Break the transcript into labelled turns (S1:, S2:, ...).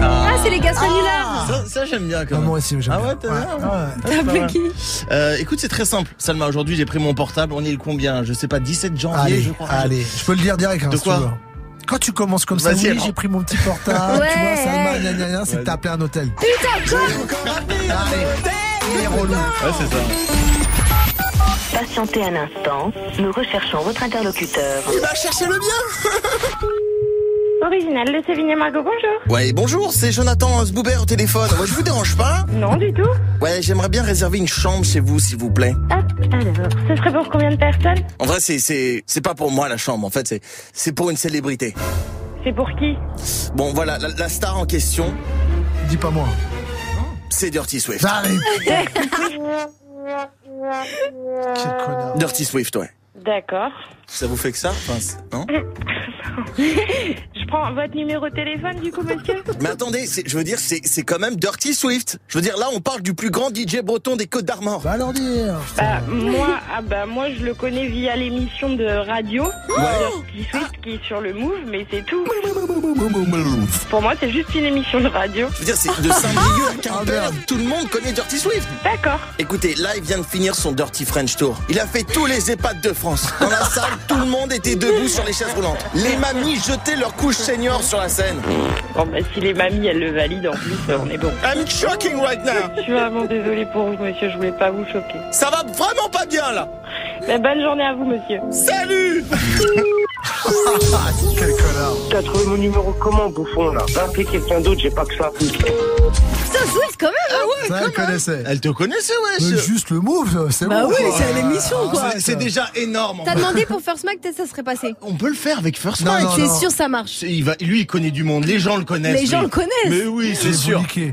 S1: Ah, c'est les gastronulards.
S2: Ça, ça, j'aime bien quand
S3: Ah,
S2: même.
S3: moi aussi, j'aime
S2: Ah
S3: bien.
S2: ouais, t'as bien.
S3: Ah ouais.
S1: T'as appelé qui
S2: Euh, écoute, c'est très simple. Salma, aujourd'hui, j'ai pris mon portable. On est le combien Je sais pas, 17 janvier,
S3: Allez,
S2: Ah, je crois.
S3: allez, je peux le dire direct. hein,
S2: De
S3: si
S2: quoi
S3: tu veux. Quand tu commences comme ça,
S2: Vas-y,
S3: oui,
S2: alors.
S3: j'ai pris mon petit portable, tu vois,
S1: Ouais.
S3: Salma, gna gna gna, c'est que t'as appelé un hôtel.
S1: Putain, quoi
S3: Allez, les relous.
S2: Ouais, c'est ça.
S4: Patientez un instant, nous recherchons votre interlocuteur.
S2: Il va chercher le bien
S5: Original de Sévigné Margot, bonjour.
S2: Ouais, bonjour, c'est Jonathan Sboubert au téléphone. Ouais, je vous dérange pas
S5: Non, du tout.
S2: Ouais, j'aimerais bien réserver une chambre chez vous, s'il vous plaît.
S5: Hop, alors, ce serait pour combien de personnes
S2: En vrai, c'est, c'est, c'est pas pour moi la chambre, en fait, c'est, c'est pour une célébrité.
S5: C'est pour qui
S2: Bon, voilà, la, la star en question,
S3: Dis pas moi.
S2: c'est Dirty Swift.
S3: J'arrive.
S2: Dirty Swift, ouais.
S5: D'accord.
S2: Ça vous fait que ça Enfin, c'est- non
S5: Je prends votre numéro de téléphone, du coup, monsieur
S2: Mais attendez, c'est- je veux dire, c'est, c'est quand même Dirty Swift. Je veux dire, là, on parle du plus grand DJ breton des Côtes d'Armor.
S3: Va leur dire.
S5: Bah, moi, ah bah, moi, je le connais via l'émission de radio, Dirty Swift, qui est sur le Move, mais c'est tout.
S2: Je
S5: Pour moi, c'est juste une émission de radio.
S2: veux dire, c'est de Saint-Brieuc à Quimper,
S3: merde.
S2: tout le monde connaît Dirty Swift.
S5: D'accord.
S2: Écoutez, là, il vient de finir son Dirty French Tour. Il a fait tous les EHPAD de France. Dans la salle, tout le monde était debout sur les chaises roulantes. Les mamies jetaient leurs couches seniors sur la scène.
S5: Bon, bah, si les mamies, elles le valident, en plus, on est bon.
S2: I'm shocking right now.
S5: Je suis vraiment désolée pour vous, monsieur, je voulais pas vous choquer.
S2: Ça va vraiment pas bien, là.
S5: Mais Bah, bonne journée à vous, monsieur.
S2: Salut
S3: Ah, quel connard.
S6: T'as trouvé mon numéro comment, bouffon, là Va appeler quelqu'un d'autre, j'ai pas que ça.
S1: Ça Swift quand même. hein.
S3: Ça, elle connaissait.
S2: Elle te connaissait,
S3: Mais juste le move, c'est
S1: Bah
S3: bon.
S1: oui,
S3: quoi.
S2: Oh.
S1: c'est l'émission,
S2: Ah,
S1: quoi.
S3: ouais, ça.
S2: déjà énorme. en
S1: T'as
S2: fait.
S1: demandé pour First Mac, peut-être ça serait passé.
S2: On peut le faire avec First
S3: Non,
S2: Mike.
S3: non,
S1: C'est
S3: non.
S1: sûr, ça marche.
S2: Il va, lui, il connaît du monde. Les gens le connaissent.
S1: Les gens
S2: lui.
S1: le connaissent.
S2: Mais oui, c'est
S3: Vous
S2: sûr.
S3: niquez.